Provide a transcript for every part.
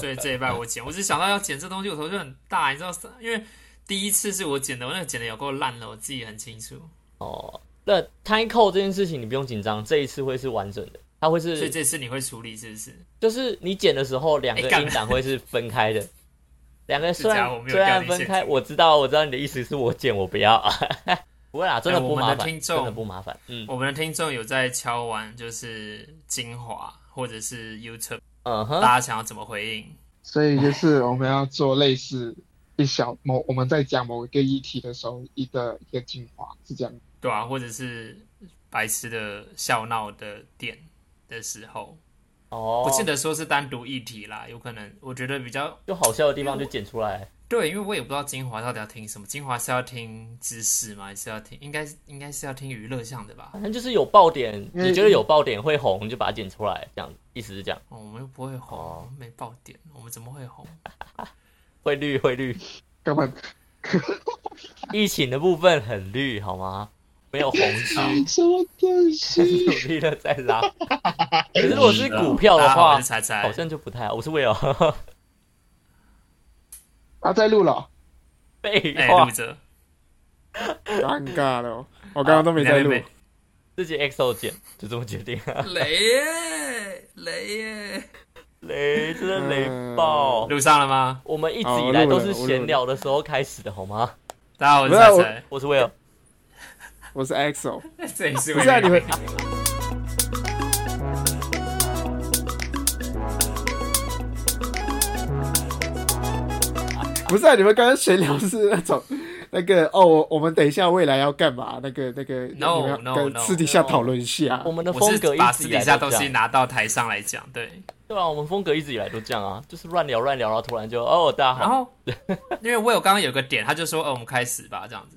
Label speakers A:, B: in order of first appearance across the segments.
A: 所以 这一拜我剪，我只想到要剪这东西，我头就很大，你知道，因为第一次是我剪的，我那个剪的有够烂了，我自己很清楚。
B: 哦，那 time code 这件事情你不用紧张，这一次会是完整的，它会
A: 所以
B: 是
A: 这次你会处理是不是？
B: 就是你剪的时候两个
A: 哎干
B: 音档会是分开的，两个虽
A: 这家伙
B: 然
A: 没有
B: 虽
A: 干
B: 然
A: 你
B: 分
A: 现
B: 开，
A: 场
B: 我知道我知道你的意思是我剪我不要， 不会啦，真的
A: 哎我
B: 不
A: 们
B: 麻
A: 的
B: 烦，
A: 听众
B: 真的不麻烦，嗯
A: 我们的听众有在敲完就是精华或者是 YouTube，大
B: 嗯哼，
A: 家想要怎么回应？
C: 所以就是我们要做类似一小某我们在讲某一个议题的时候一个一个精华是这样。
A: 对啊，或者是白痴的笑闹的点的时候，
B: 哦，
A: 不见得说是单独一题啦，有可能我觉得比较
B: 就好笑的地方就剪出来，
A: 对，因为我也不知道精华到底要听什么，精华是要听知识吗？还是要听？应该是应该是要听娱乐向的吧？
B: 反正就是有爆点，
C: 因为
B: 你觉得有爆点会红就把它剪出来，这样意思是这样，
A: 哦我们又不会红，
B: 哦
A: 没爆点，我们怎么会红？
B: 会绿会绿，
C: 根本
B: 疫情的部分很绿好吗？没有红区，
C: 什么东西？
B: 努力的在拉，可是如果是股 票的
A: 大家好，我
B: 话
A: 是，啊猜猜，
B: 好像就不太好，我是 Will，
C: 啊，在录了哦，
B: 废
A: 哎，
B: 话
A: 录，着，
D: 尴尬 了哦，我刚刚都没在录
A: 没。没
B: 自己 XO 剪，就这么决定啊，
A: 雷耶雷耶，
B: 雷真的雷爆！
A: 录上了吗？
B: 我们一直以来都是
D: 嗯哦我录了我录了
B: 闲聊的时候开始的好吗？
A: 大家好，我是
D: 不是啊
A: 猜
D: 我
A: 猜，
B: 我是 Will，
D: 我是 EXO，
A: 这里是
D: 不是啊，
A: 为
D: 你
A: 了
D: 们不是啊，你们刚刚闲聊是那种那个哦，我我们等一下未来要干嘛？那个那个
A: No，
D: 你们
A: no，
D: 要跟
A: no
D: 私底下讨论一下
B: 我。们的
A: 我
B: 风
A: 是
B: 格一
A: 把
B: 直
A: 私
B: 以
A: 底
B: 来
A: 下
B: 都
A: 东
B: 这
A: 西
B: 样，
A: 拿到台上来讲，对。
B: 对啊，我们风格一直以来都这样啊，就是乱聊乱聊，然后突然就哦大家
A: 然
B: 好，
A: 后，因为我有刚刚有个点，他就说，哦，我们开始吧，这样子。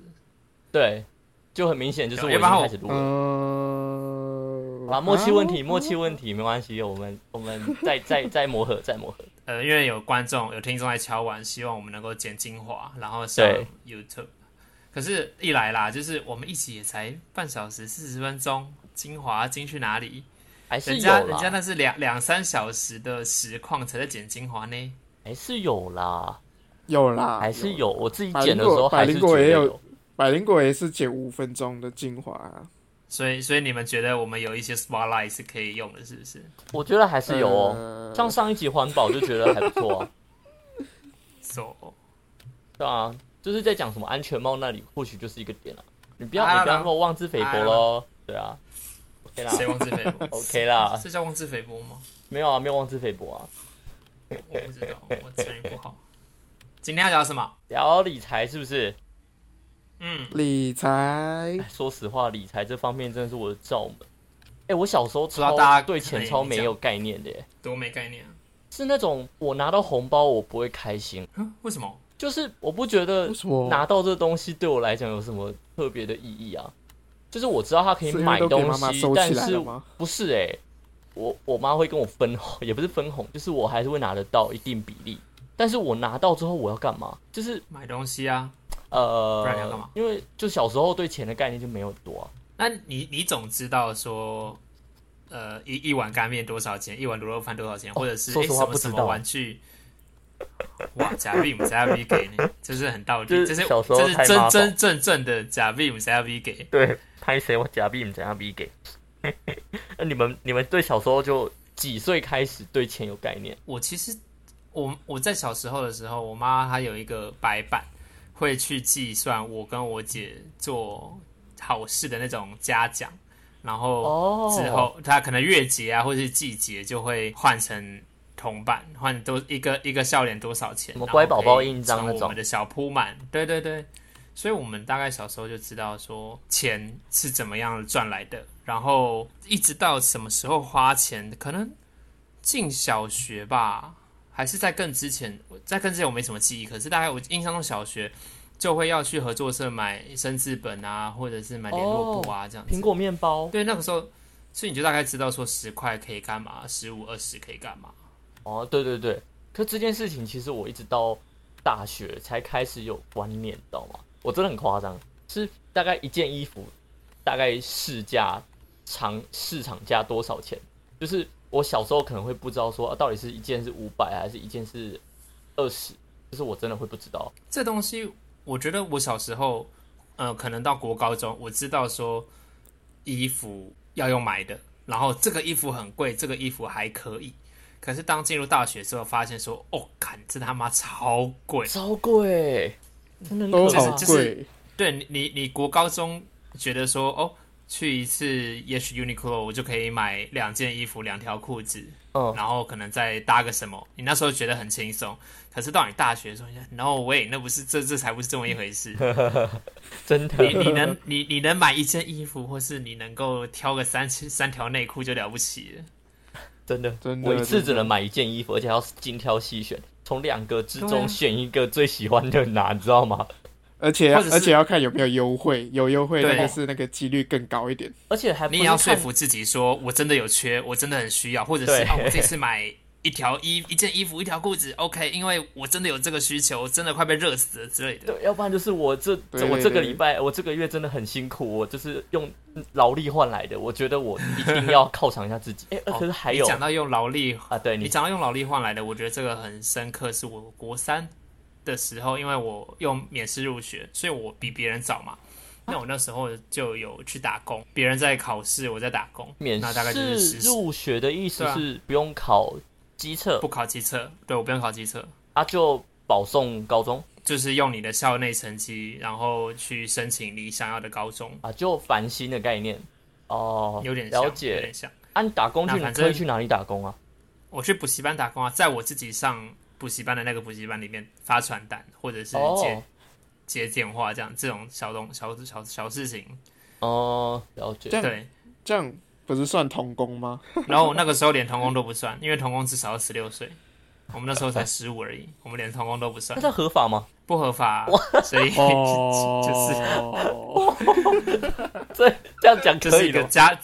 B: 对，就很明显就是我已
A: 要
B: 经
A: 不然我
B: 开始录了。
D: 嗯，
B: 好啦，默契问
D: 啊
B: 题，默契问题，没关系，我们我们再再再磨合，再磨合。
A: 呃，因为有观众、有听众在敲碗，希望我们能够剪精华，然后上
B: 对
A: YouTube。可是，一来啦，就是我们一起也才半小时四十分钟，精华精去哪里？
B: 还是
A: 人
B: 有
A: 家人家
B: 啦，
A: 那是两两三小时的实况才在剪精华呢。
B: 还是有啦，
D: 有啦，
B: 还是
D: 有。
B: 有。我自己
D: 百
B: 剪
D: 灵
B: 的时
D: 果
B: 候
D: 百
B: 还是
D: 灵
B: 觉
D: 果
B: 得
D: 也有
B: 有。
D: 百灵果也是剪五分钟的精华啊、
A: 所以，所以你们觉得我们有一些 spotlight 是可以用的，是不是？
B: 我觉得还是有哦。
D: 呃
B: 像上一集环保就觉得还不错啊，
A: So，
B: 对啊，就是在讲什么安全帽那里，或许就是一个点啊。你不要
A: 啊
B: 你不要那么妄自菲薄喽，对啊，OK
A: 谁
B: 啦
A: 妄自菲薄？
B: ，OK 啦，
A: 这叫妄自菲薄吗？
B: 没有啊，没有妄自菲薄啊。
A: 我不知道，我成语不好。今天要聊什么？
B: 聊理财是不是？
A: 嗯，
D: 理财
A: 呃
B: 哎，说实话，理财这方面真的是我的罩门。哎，我小时候
A: 知道
B: 超
A: 大家
B: 对
A: 可
B: 钱
A: 能
B: 超
A: 也
B: 没
A: 这
B: 有概念的耶，
A: 多没概念啊！
B: 是那种我拿到红包我不会开心，
A: 哼为什么？
B: 就是我不觉得
D: 为什么
B: 拿到这东西对我来讲有什么特别的意义啊。就是我知道它可以
D: 是因为
B: 买
D: 都给
B: 东
D: 妈妈
B: 西，
D: 收
B: 但
D: 起来
B: 是
D: 了吗？
B: 不是哎、我我妈会跟我分红，也不是分红，就是我还是会拿得到一定比例。但是我拿到之后我要干嘛？就是
A: 买东西啊？
B: 呃，
A: 不然你要干嘛
B: 因为就小时候对钱的概念就没有多、啊，
A: 那你你总知道说，呃，一一碗干面多少钱，一碗卤肉饭多少钱，或者是
B: 哦说实
A: 诶
B: 话
A: 什么
B: 不知
A: 什么
B: 道
A: 玩具。哇，假币姆假币给你，这是很道理，
B: 就是
A: 这是
B: 小时候
A: 这是
B: 太
A: 真
B: 妈宝
A: 真正正的假币姆假币给。
B: 对，拍谁我假币你怎样逼给？那你们你们对小时候就几岁开始对钱有概念？
A: 我其实我我在小时候的时候，我妈她有一个白板，会去计算我跟我姐做好事的那种嘉奖，然后
B: 哦
A: 之后她可能月结啊，或是季节就会换成铜板，换多一个一个笑脸多少钱，
B: 什么
A: 然后
B: 乖宝宝
A: 可以
B: 印章
A: 成
B: 那
A: 我
B: 种
A: 们的小铺满，对对对。所以我们大概小时候就知道说钱是怎么样赚来的，然后一直到什么时候花钱，可能进小学吧，还是在更之前，在更之前我没什么记忆，可是大概我印象中小学就会要去合作社买生字本啊，或者是买联络簿啊、这样子。
B: 苹果面包
A: 对那个时候，所以你就大概知道说十块可以干嘛，十五、二十可以干嘛。
B: 哦，对对对。可这件事情其实我一直到大学才开始有观念，你知道吗？我真的很夸张，是大概一件衣服大概市价长市场价多少钱？就是我小时候可能会不知道说、啊到底是一件是五百还是一件是二十，就是我真的会不知道。
A: 这东西，我觉得我小时候，呃，可能到国高中，我知道说衣服要用买的，然后这个衣服很贵，这个衣服还可以。可是当进入大学之后，发现说，哦，看这他妈超贵！
B: 超贵，真的很
D: 都
B: 可
D: 好
B: 怕
A: 就是
D: 贵，
A: 对你，你你国高中觉得说，哦，去一次也许 Uniqlo 我就可以买两件衣服、两条裤子，
B: 嗯，
A: 然后可能再搭个什么，你那时候觉得很轻松。可是到你大学的时候，你想，No way，那不是这这才不是这么一回 事。
B: 真
A: 你
B: 的
A: 你能你你能买一件衣服，或是你能够挑个三三条内裤就了不起了。
B: 真的
D: 真的
B: 我一次
D: 真的
B: 只能买一件衣服，而且还要精挑细选，从两个之
A: 对啊
B: 中选一个最喜欢的拿，你知道吗？
D: 而且
A: 或者是
D: 而且要看有没有优惠，有优惠
A: 对
D: 那个是那个几率更高一点。
B: 而且呃还不
A: 你
B: 是
A: 也要说
B: 看
A: 服自己说，我真的有缺，我真的很需要，或者是
B: 对
A: 啊，我这次买一条衣、一件衣服、一条裤子，OK，因为我真的有这个需求，真的快被热死了之类的。
B: 对，要不然就是我这
D: 对对
B: 我这个
D: 对
B: 礼拜我这个月真的很辛苦，我就是用劳力换来的，我觉得我一定要犒赏一下 自己。哎、呃
A: 哦
B: 可是还
A: 你
B: 有
A: 讲到用劳力，
B: 啊，对
A: 你
B: 你
A: 讲到用劳力换来的，我觉得这个很深刻，是我国三的时候，因为我用免试入学，所以我比别人早嘛。那我那时候就有去打工，别人在考试，我在打工，
B: 免
A: 那大概就是
B: 试
A: 十
B: 入学的意思
A: 对啊
B: 是不用考机测
A: 不考机测，对我不用考机测，
B: 啊，就保送高中
A: 就是用你的校内成绩，然后去申请你想要的高中，
B: 啊，就繁星的概念哦，
A: 有点像，
B: 了
A: 有
B: 解
A: 点。像。
B: 啊，你打工去
A: 那
B: 哪
A: 反
B: 可以
A: 正
B: 去哪里打工啊？
A: 我去补习班打工啊，在我自己上补习班的那个补习班里面发传单，或者是接、
B: 哦
A: 接电话这样，这种小东小小小事情，
B: 哦、了解
D: 这。样
A: 对。
D: 这样不是算童 工吗？
A: 然后我那个时候连童工都不算，因为童工至少要十六岁，我们那时候才十五而已，我们连童工都不算
B: 那，它合法吗？
A: 不合法啊、所以
B: 哦
A: 就是
D: 哦，
B: 这这样讲
A: 这
B: 可
A: 是
B: 以
A: 一
B: 的
A: 个
B: 吗。
A: 家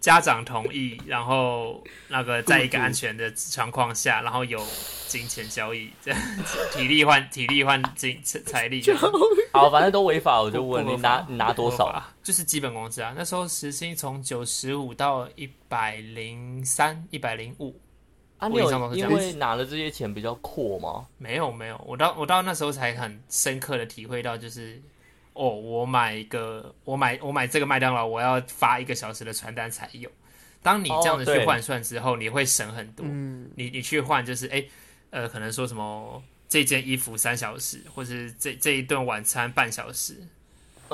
A: 家长同意，然后那个在一个安全的状况下，然后有金钱交易，这样子体力换体力换金财力，
B: 好，反正都违法，我就
A: 不
B: 问
A: 不
B: 你
A: 合
B: 拿
A: 法
B: 你拿多少啊？
A: 啊？就是基本工资啊，那时候时薪从九十五到一百零三、一百零五，
B: 啊，你
A: 我印象
B: 有
A: 中是这
B: 因
A: 样
B: 为拿了这些钱比较阔吗？
A: 没有没有，我到我到那时候才很深刻的体会到，就是哦，我买一个，我买我买这个麦当劳，我要发一个小时的传单才有。当你这样子
B: 哦
A: 去
B: 对
A: 换算之后，你会省很多。
D: 嗯，
A: 你你去换就是哎、呃，可能说什么这件衣服三小时，或是这这一顿晚餐半小时，你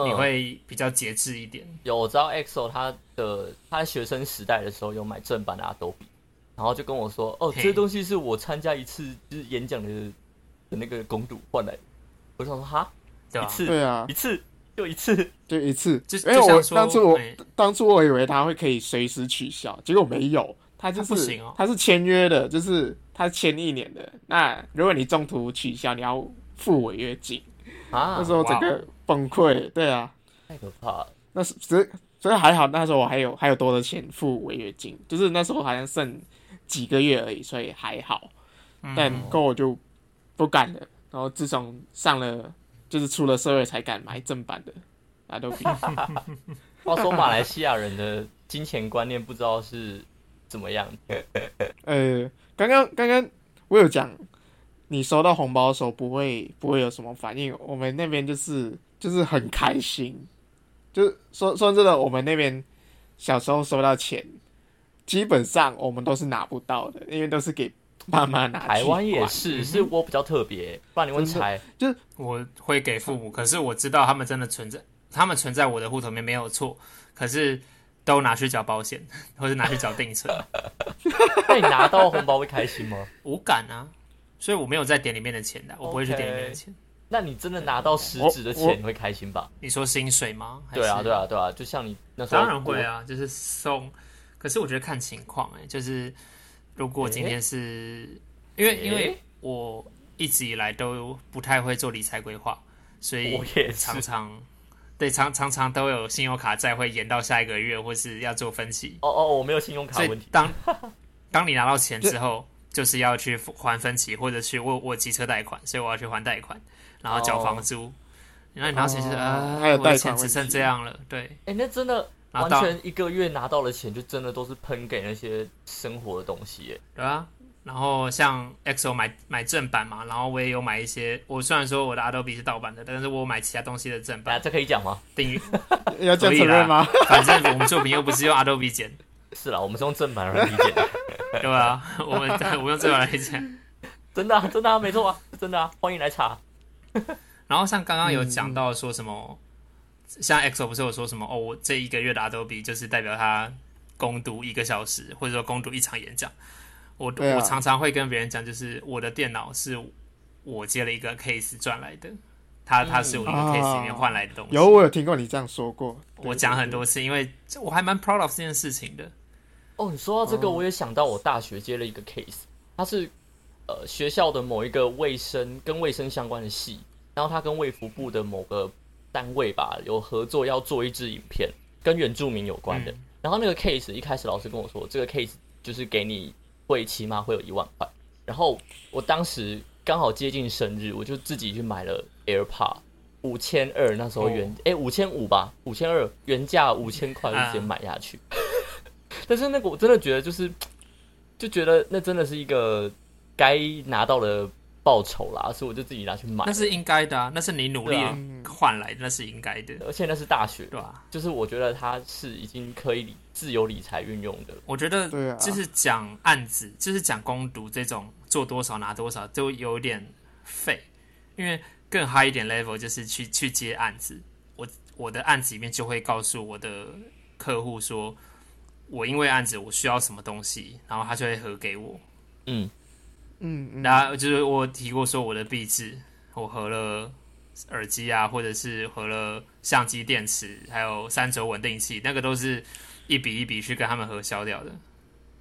B: 嗯，
A: 会比较节制一点。
B: 有我知道 EXO 他的他学生时代的时候有买正版的 Adobe，然后就跟我说，哦，
A: 嘿
B: 这些东西是我参加一次就是演讲的的那个公主换来的。我想说哈，
A: 对
B: 一
A: 吧？
B: 次
D: 对啊
B: 一，次就一次，
D: 就一次
A: 就。
D: 因为
A: 就像
D: 我
A: 说
D: 当初我
A: 哎
D: 当初我以为他会可以随时取消，结果没有，他就
A: 他不
D: 是
A: 行哦
D: 他是签约的，就是他签一年的。那如果你中途取消，你要付违约金。
B: 啊
D: 那时，候整
A: 哇哦
D: 个崩溃，对啊，
B: 太可怕了。
D: 那是所以所以还好，那时候我还有还有多的钱付违约金，就是那时候好像剩几个月而已，所以还好。但过后我就不敢了，然后自从上了就是出了社会才敢买正版的阿都比
B: 话说马来西亚人的金钱观念不知道是怎么 样，
D: 呃，刚刚刚刚我有讲，你收到红包的时候不会不会有什么反应，我们那边就是就是很开心，就是说说真的，我们那边小时候收到钱，基本上我们都是拿不到的，因为都是给妈妈拿去
B: 台湾也
D: 管
B: 是，是我比较特别。不然你问柴，
A: 我会给父母，可是我知道他们真的存在，他们存在我的户头里面没有错，可是都拿去缴保险，或者拿去缴定 存，
B: 那你拿到红包会开心吗？
A: 无感啊，所以我没有在点里面的钱的，我不会去
B: OK
A: 点里面的钱。
B: 那你真的拿到实质的
D: 我我
B: 钱，你会开心吧？
A: 你说薪水吗？还是
B: 对啊，对，啊，对啊，就像你那时候，
A: 当然会。啊，就是送，可是我觉得看情况哎、就是如果今天是、因为
B: 诶
A: 因为我一直以来都不太会做理财规划，所以
B: 我也是
A: 常常。对，常常常都有信用卡债会延到下一个月，或是要做分期。
B: 哦哦，我没有信用卡
A: 所以
B: 问题。
A: 当当你拿到钱之后，就是要去还分期，或者去我我机车贷款，所以我要去还贷款，然后缴
B: 哦
A: 房租。然后你拿到钱就是、
D: 哦
A: 啊，
D: 还有
A: 我
D: 贷
A: 的钱
D: 款
A: 只
D: 问
A: 剩
D: 题
A: 这样了，对，
B: 哎、那真的
A: 啊然后
B: 完
A: 到
B: 全一个月拿到的钱就真的都是喷给那些生活的东西耶。
A: 对啊。然后像 XO 买买正版嘛，然后我也有买一些。我虽然说我的 Adobe 是盗版的，但是我有买其他东西的正
B: 啊，
A: 版
B: 这可以讲吗？
A: 订阅。
D: 要这
A: 所
D: 样
A: 以
D: 承
A: 啦
D: 认吗？
A: 反正我们作品又不是用 Adobe 剪，
B: 是啦，我们是用正版来理解 的，
A: 对吧？我们我用这个来讲。
B: 真的、啊，真的、啊，没错啊，是真的啊，欢迎来查。
A: 然后像刚刚有讲到说什么，像 XO 不是有说什么哦，我这一个月的 Adobe 就是代表他攻读一个小时，或者说攻读一场演讲。我、
D: 对啊
A: 我常常会跟别人讲，就是我的电脑是我接了一个 case 赚来的，它它是我一个
D: 嗯
A: case 里面换来的东西。
D: 有，我有听过你这样说过。
A: 我讲很多次，因为我还蛮 proud of 这件事情的。
B: 哦，你说到这个，我也想到我大学接了一个 case，它是呃学校的某一个卫生跟卫生相关的系，然后他跟卫福部的某个单位吧有合作，要做一支影片跟原住民有关的。
A: 嗯
B: 然后那个 case 一开始老师跟我说，这个 case 就是给你会起码会有一万块。然后我当时刚好接近生日，我就自己去买了 AirPod 五千二，那时候原哎五千五吧，五千二原价五千块就直接买下去。 但是那个我真的觉得就是，就觉得那真的是一个该拿到的报酬啦，所以我就自己拿去买
A: 那。是应该的啊，那是你努力
B: 对啊
D: 嗯
A: 换来的，那是应该的，
B: 而且那是大学，
A: 对吧、
B: 就是我觉得它是已经可以理自由理财运用的了。
A: 我觉得
D: 对啊
A: 就是讲案子，就是讲攻读这种做多少拿多少，都有点废，因为更 high 一点 level 就是去去接案子。我我的案子里面就会告诉我的客户说，我因为案子我需要什么东西，然后他就会核给我。
B: 嗯，
D: 嗯嗯，
A: 那就是我提过说我的壁纸，我合了耳机啊，或者是合了相机电池，还有三轴稳定器，那个都是一笔一笔去跟他们核销掉的。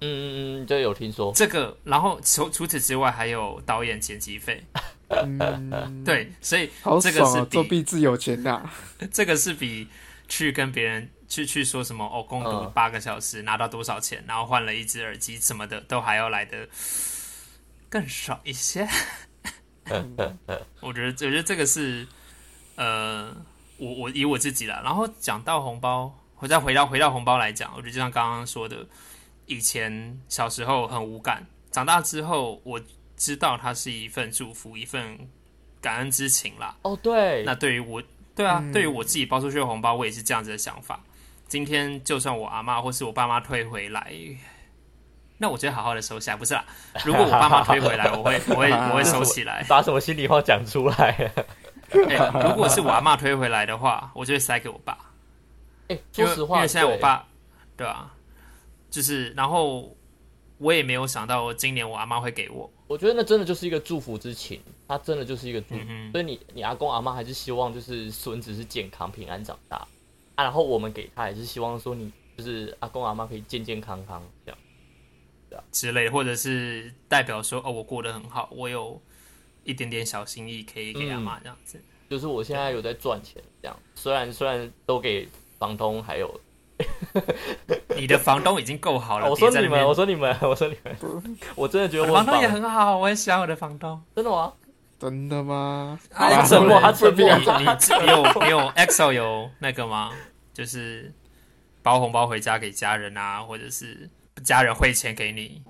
B: 嗯嗯嗯，这有听说，
A: 这个，然后除除此之外还有导演剪辑费，
D: 嗯，
A: 对，所以
D: 好
A: 这个
D: 爽
A: 是
D: 哦，
A: 比
D: 作弊自有钱呐、
A: 这个是比去跟别人去去说什么哦，攻读
B: 嗯
A: 八个小时拿到多少钱，然后换了一只耳机什么的，都还要来的更爽一些。我觉得，我觉得这个是呃，我我以我自己啦，然后讲到红包，我再回到回到红包来讲，我觉得就像刚刚说的，以前小时候很无感，长大之后我知道它是一份祝福，一份感恩之情啦。
B: 哦，对，。
A: 那对于我，对啊，
D: 嗯
A: 对于我自己包出去的红包，我也是这样子的想法。今天就算我阿妈或是我爸妈退回来，那我就会好好的收下，不是啦。如果我爸妈退回来，我会我会我会收起来
B: 把什么心里话讲出 来。
A: 哎如果是我阿妈退回来的话，我就会塞给我爸。
B: 哎，
A: 因
B: 说
A: 为
B: 实话，
A: 因为现在我
B: 对
A: 爸，对啊，就是然后我也没有想到今年我阿妈会给我，
B: 我觉得那真的就是一个祝福之情，它真的就是一个祝福。
A: 嗯
B: 所以你你阿公阿妈还是希望就是孙子是健康平安长大啊，然后我们给他也是希望说你就是阿公阿妈可以健健康康这样。
A: 之类的，或者是代表说哦，我过得很好，我有一点点小心意可以给
B: 嗯
A: 阿妈这样子。
B: 就是我现在有在赚钱这样，虽然虽然都给房东还有，
A: 你的房东已经够好了，
B: 啊我说
A: 别在
B: 你
A: 那边
B: 们，我说你们， 我说你们，我真的觉
A: 我的
B: 得我
A: 房东
B: 很棒
A: 也，很好，啊我很喜欢我的房东。
B: 真的吗？
D: 真的吗？
A: 啊
B: 他
A: 他
B: 沉默，他沉
A: 你
B: 默，
A: 你你有你有 EXO 有那个吗？就是包红包回家给家人啊，或者是家人汇钱给你。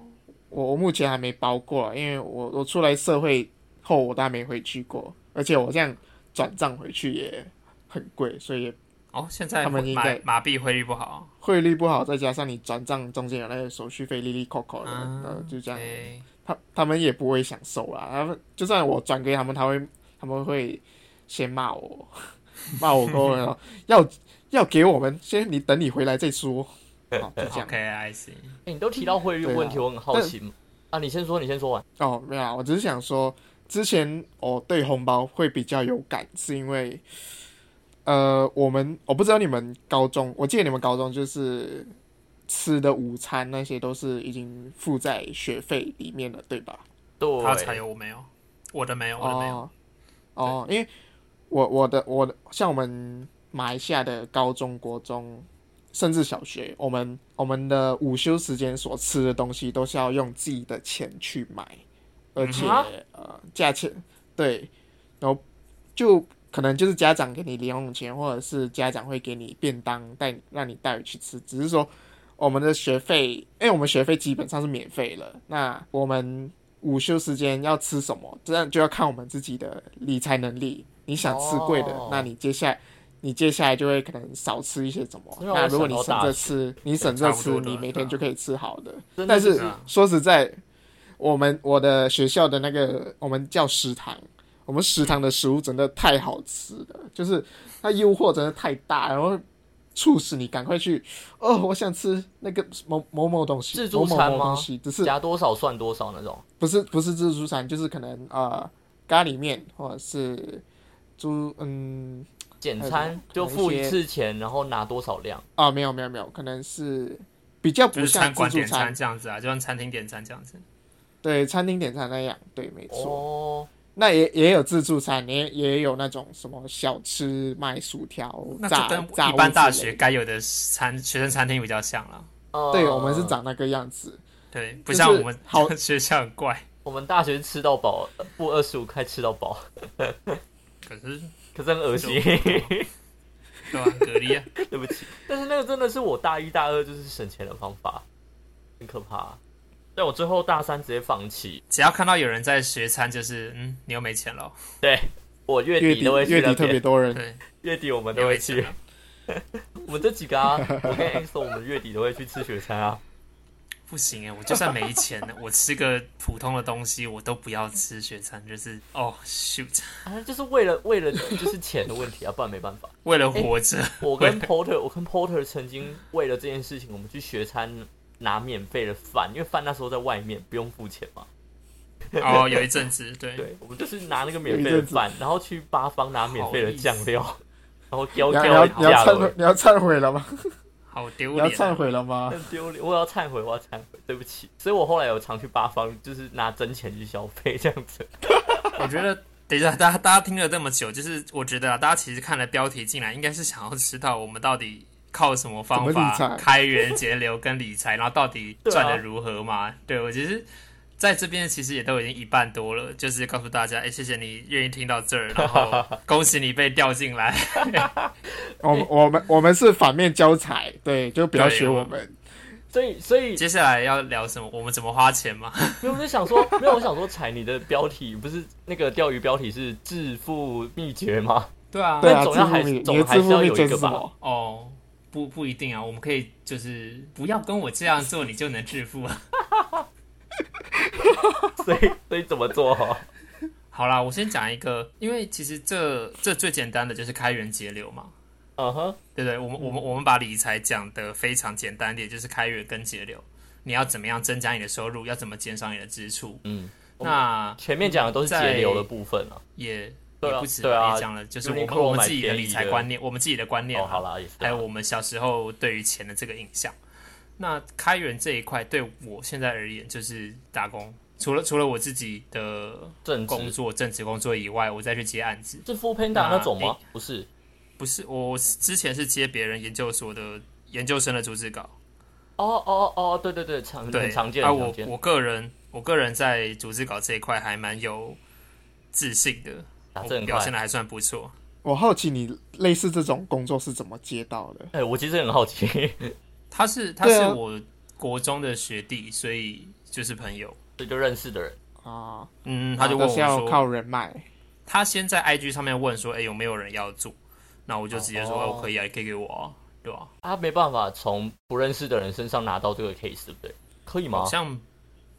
D: 我我目前还没包过，啊因为我我出来社会后我都还没回去过，而且我这样转账回去也很贵，所以也
A: 哦，现在
D: 他们应该
A: 马马币汇率不好，
D: 汇率不好，再加上你转账中间有那个手续费，利利扣扣的，
A: 嗯
D: 呃，就这样，
A: OK
D: 他他们也不会享受啦。他们就算我转给他们，他会他们会先骂我，骂我过后要要给我们，先你等你回来再说，好就这样。
A: OK，I see。
B: 欸你都提到汇率
D: 对啊
B: 问题，我很好奇。啊，你先说，你先说完。
D: 哦，没有啊，我只是想说，之前我对红包会比较有感，是因为，呃，我们我不知道你们高中，我记得你们高中就是吃的午餐那些都是已经附在学费里面了，对吧？
B: 对，
A: 他才有，我没有，我的没有，我的没有。
D: 哦，哦，因为我我的我的像我们马来西亚的高中、国中，甚至小学，我们我们的午休时间所吃的东西都是要用自己的钱去买，而且、
B: 嗯哼
D: 呃价钱对，然后就可能就是家长给你零用钱，或者是家长会给你便当带你让你带回去吃，只是说我们的学费，因为我们学费基本上是免费了，那我们午休时间要吃什么，这样就要看我们自己的理财能力。你想吃贵的，
B: 哦
D: 那你接下来你接下来就会可能少吃一些什么。
B: 这让我
D: 那如果你
B: 想到
D: 省
B: 大
D: 着
B: 学
D: 吃，你省
A: 差
D: 着
A: 不
D: 吃，
A: 多的
D: 你每天
A: 对啊
D: 就可以吃好的。
B: 真的
D: 但是
A: 是啊
D: 说实在，我们我的学校的那个我们叫食堂，我们食堂的食物真的太好吃了，就是它诱惑真的太大，然后促使你赶快去哦，我想吃那个某某某东西，
B: 自助
D: 某某
B: 餐
D: 某
B: 吗
D: 东西，只是
B: 加多少算多少那种。
D: 不是不是自助餐，就是可能呃咖喱面或者是猪嗯
B: 简
D: 还有什
B: 餐
D: 么
B: 就付一
D: 还有一些
B: 次钱，然后拿多少量？
D: 啊没有没有没有，可能是比较
A: 就
D: 不
A: 是
D: 像
A: 餐
D: 自
A: 馆
D: 助
A: 点
D: 餐
A: 餐，这样子啊，就像餐厅点餐这样子。
D: 对餐厅点餐那样，对没错。
B: 哦，
D: 那也也有自助餐，也也有那种什么小吃卖薯条、
A: 那
D: 炸
A: 就跟
D: 炸
A: 一般
D: 物之
A: 大
D: 类
A: 学
D: 的，
A: 该有的餐学生餐厅比较像了。
B: 呃
D: 对我们是，长那个样子。
B: 哦
A: 对，不
D: 就是
A: 像我们
D: 好
A: 学校很怪，
B: 我们大学是吃到饱，呃付二十五块吃到饱，
A: 可是
B: 可是很恶心。
A: 对吧？蛤蜊啊，
B: 对不起， 但是那个真的是我大一、大二就是省钱的方法，很可怕、但我最后大三直接放弃，
A: 只要看到有人在学餐，就是嗯，你又没钱了。
B: 我月
D: 月
B: 底
D: 底
B: 都会去
D: 月
B: 那
D: 底特别
B: 边。
D: 多人，
A: 对，
B: 月底我们
A: 你
B: 都
A: 又
B: 会
A: 没钱
B: 去，
A: 了。
B: 我们这几个啊，我跟 EXO 我们月底都会去吃雪餐啊。
A: 不行哎、我就算没钱， 我吃个普通的东西，我都不要吃学餐，就是哦 shoot，
B: 啊，就是为了为了就是钱的问题啊，不然没办法。
A: 为了活 着，
B: 我跟 Porter，我跟 Porter 曾经为了这件事情，我们去学餐拿免费的饭，因为饭那时候在外面不用付钱嘛。
A: 哦，有一阵子，对，
B: 对，我们就是拿那个免
D: 哎
B: 费的饭，然后去八方拿免费的酱料，然后叼
D: 你要
B: 叼
D: 你要
B: 一
D: 你要
B: 架
D: 忏
B: 了
D: 悔。你要忏悔了吗？
A: 好丢
D: 你
A: 脸、
D: 要
A: 啊。
D: 忏悔了吗？
B: 很丢脸，我要忏悔，我要忏悔，对不起。所以我后来有常去八方，就是拿真钱去消费这样子。
A: 我觉得，等一下，大家大家听了这么久，就是我觉得啊，大家其实看了标题进来，应该是想要知道我们到底靠什么方
D: 怎么理
A: 法
D: 财
A: 开源节流跟理财，然后到底
B: 对啊
A: 赚的如何嘛？对,、我其实。在这边其实也都已经一半多了，就是告诉大家，哎、谢谢你愿意听到这儿，然后恭喜你被调进来。
D: 我们我们我们是反面教材，对，就不要学我们。
B: 所以，所以
A: 接下来要聊什么？我们怎么花钱吗？
B: 没有我就想说，没有我想说，彩你的标题不是那个钓鱼标题是致富秘诀吗？
A: 对啊
D: 对啊，
B: 总
D: 自
B: 要
D: 负
B: 还
D: 密，
B: 总
D: 你的
B: 还是
D: 自
B: 要
D: 负密
B: 有一
D: 就
B: 个
D: 是什
B: 吧
D: 么？
A: 哦，不不一定啊，我们可以就是不要跟我这样做，你就能致富啊。
B: 所以，所以怎么做？
A: 好啦，我先讲一个，因为其实这这最简单的就是开源节流嘛，
B: 嗯哼，
A: 对不对？我们我们我们把理财讲的非常简单点，就是开源跟节流。你要怎么样增加你的收入，要怎么减少你的支出？
B: 嗯，
A: 那
B: 前面讲的都是节流的部分啊。
A: 也
B: 对啊
A: 也不止
B: 对啊
A: 吧也讲了，就是我们
B: Uniqlo
A: 我们自己的
B: 买便宜
A: 理财
B: 的
A: 观念，我们自己的观念
B: 哦，
A: 啊
B: 好啦，也是啊。
A: 还有我们小时候对于钱的这个印象。那开源这一块对我现在而言就是打工，除了除了我自己的
B: 正
A: 工
B: 职
A: 作正职工作以外，我再去接案子。
B: 是 Full Panda
A: 那
B: 那种吗
A: 哎？
B: 不是，
A: 不是，我之前是接别人研究所的研究生的逐字稿，
B: 哦哦哦，对对对，常
A: 对，
B: 很常见，
A: 啊，
B: 很常
A: 我
B: 见。
A: 我个人我个人在逐字稿这一块还蛮有自信的，
B: 打
A: 我
B: 字很
A: 表现
B: 快。
A: 的还算不错。
D: 我好奇你类似这种工作是怎么接到的？
B: 哎，我其实很好奇，
A: 他是他
D: 对
A: 是
D: 啊
A: 我国中的学弟，所以就是朋友。
B: 这就认识的人。
D: 啊，
A: 嗯，他就问
D: 都
A: 我
D: 是要
A: 说，
D: 靠人脉，
A: 他先在 IG 上面问说，哎、有没有人要做？那我就直接说，
B: 哦
A: 哦，可以啊，你可以给我啊，对吧、
B: 他没办法从不认识的人身上拿到这个 case，对不对？可以
A: 好
B: 吗？
A: 像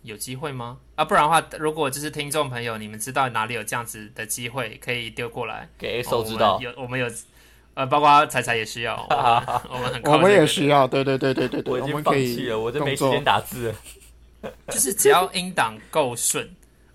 A: 有机会吗？啊，不然的话，如果就是听众朋友，你们知道哪里有这样子的机会，可以丢过来。
B: 给 XO
A: 哦
B: 知道
A: 我们，有我们有，呃，包括彩彩也需 要，我们我们很靠
D: 我们
A: 这个
D: 也
A: 的
D: 需要，对对对对对对，
B: 我
D: 我
B: 已经
D: 们可
B: 放
D: 以
B: 弃了，我就没时
D: 动作
B: 间打字了。
A: 就是只要音档够顺，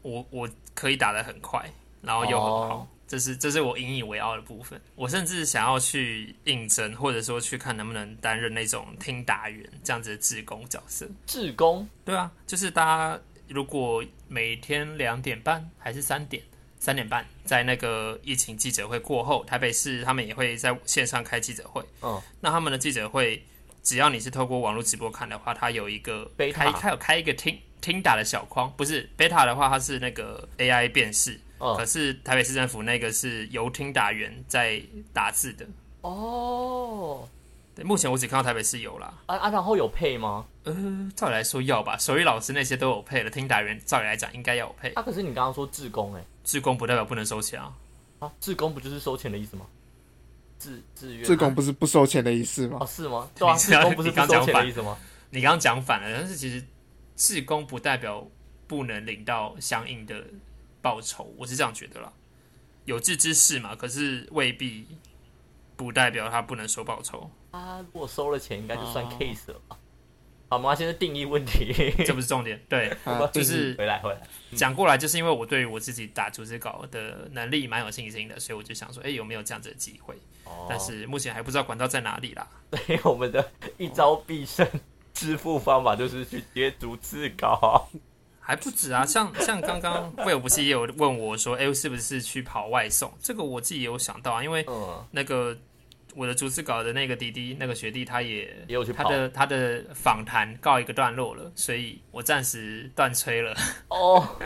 A: 我我可以打得很快，然后又很好。
B: 哦
A: 这是这是我引以为傲的部分。我甚至想要去应征，或者说去看能不能担任那种听打员这样子的志工角色。
B: 志工
A: 对啊，就是大家如果每天两点半还是三点，三点半在那个疫情记者会过后，台北市他们也会在线上开记者会。
B: 嗯，
A: 那他们的记者会，只要你是透过网络直播看的话，它有一个
B: Beta
A: 开它有开一个听听打的小框，不是 beta 的话，它是那个 AI 辨识，
B: 嗯
A: 可是台北市政府那个是由听打员在打字的。
B: 哦，
A: 对，目前我只看到台北市有啦。
B: 啊啊，然后有配吗？
A: 呃，照理来说要吧，手语老师那些都有配了，听打员照理来讲应该要有配。
B: 啊，可是你刚刚说志工哎、
A: 志工不代表不能收钱啊。
B: 啊，志工不就是收钱的意思吗？志志愿
D: 志工不是不收钱的意思吗
B: 哦？是吗？对啊，
A: 你
B: 志工不是
A: 你
B: 不
A: 刚
B: 收
A: 讲
B: 钱的
A: 反
B: 意思吗？
A: 你刚刚讲反了，但是其实志工不代表不能领到相应的报酬，我是这样觉得啦。有志之士嘛，可是未必不代表他不能收报酬，
B: 啊，如果收了钱，应该就算
D: 哦
B: case 了吧？好，我们现在定义问题，
A: 这不是重点。对，
D: 啊，
A: 就
D: 定义
A: 是
B: 回来回来。
A: 讲过来，就是因为我对于我自己打逐字稿的能力蛮有信心的，所以我就想说，哎、有没有这样子的机会？
B: 哦，
A: 但是目前还不知道管道在哪里啦。
B: 所以 我们的一招必胜致富方法就是去接逐字稿。
A: 还不止啊，像像刚刚 Will 不是也有问我说，哎、是不是去跑外送？这个我自己也有想到啊，因为
B: 嗯，
A: 那个我的逐字稿的那个弟弟，那个学弟，他也
B: 也有去
A: 他
B: 跑
A: 的他的访谈告一个段落了，所以我暂时断吹了。
B: 哦。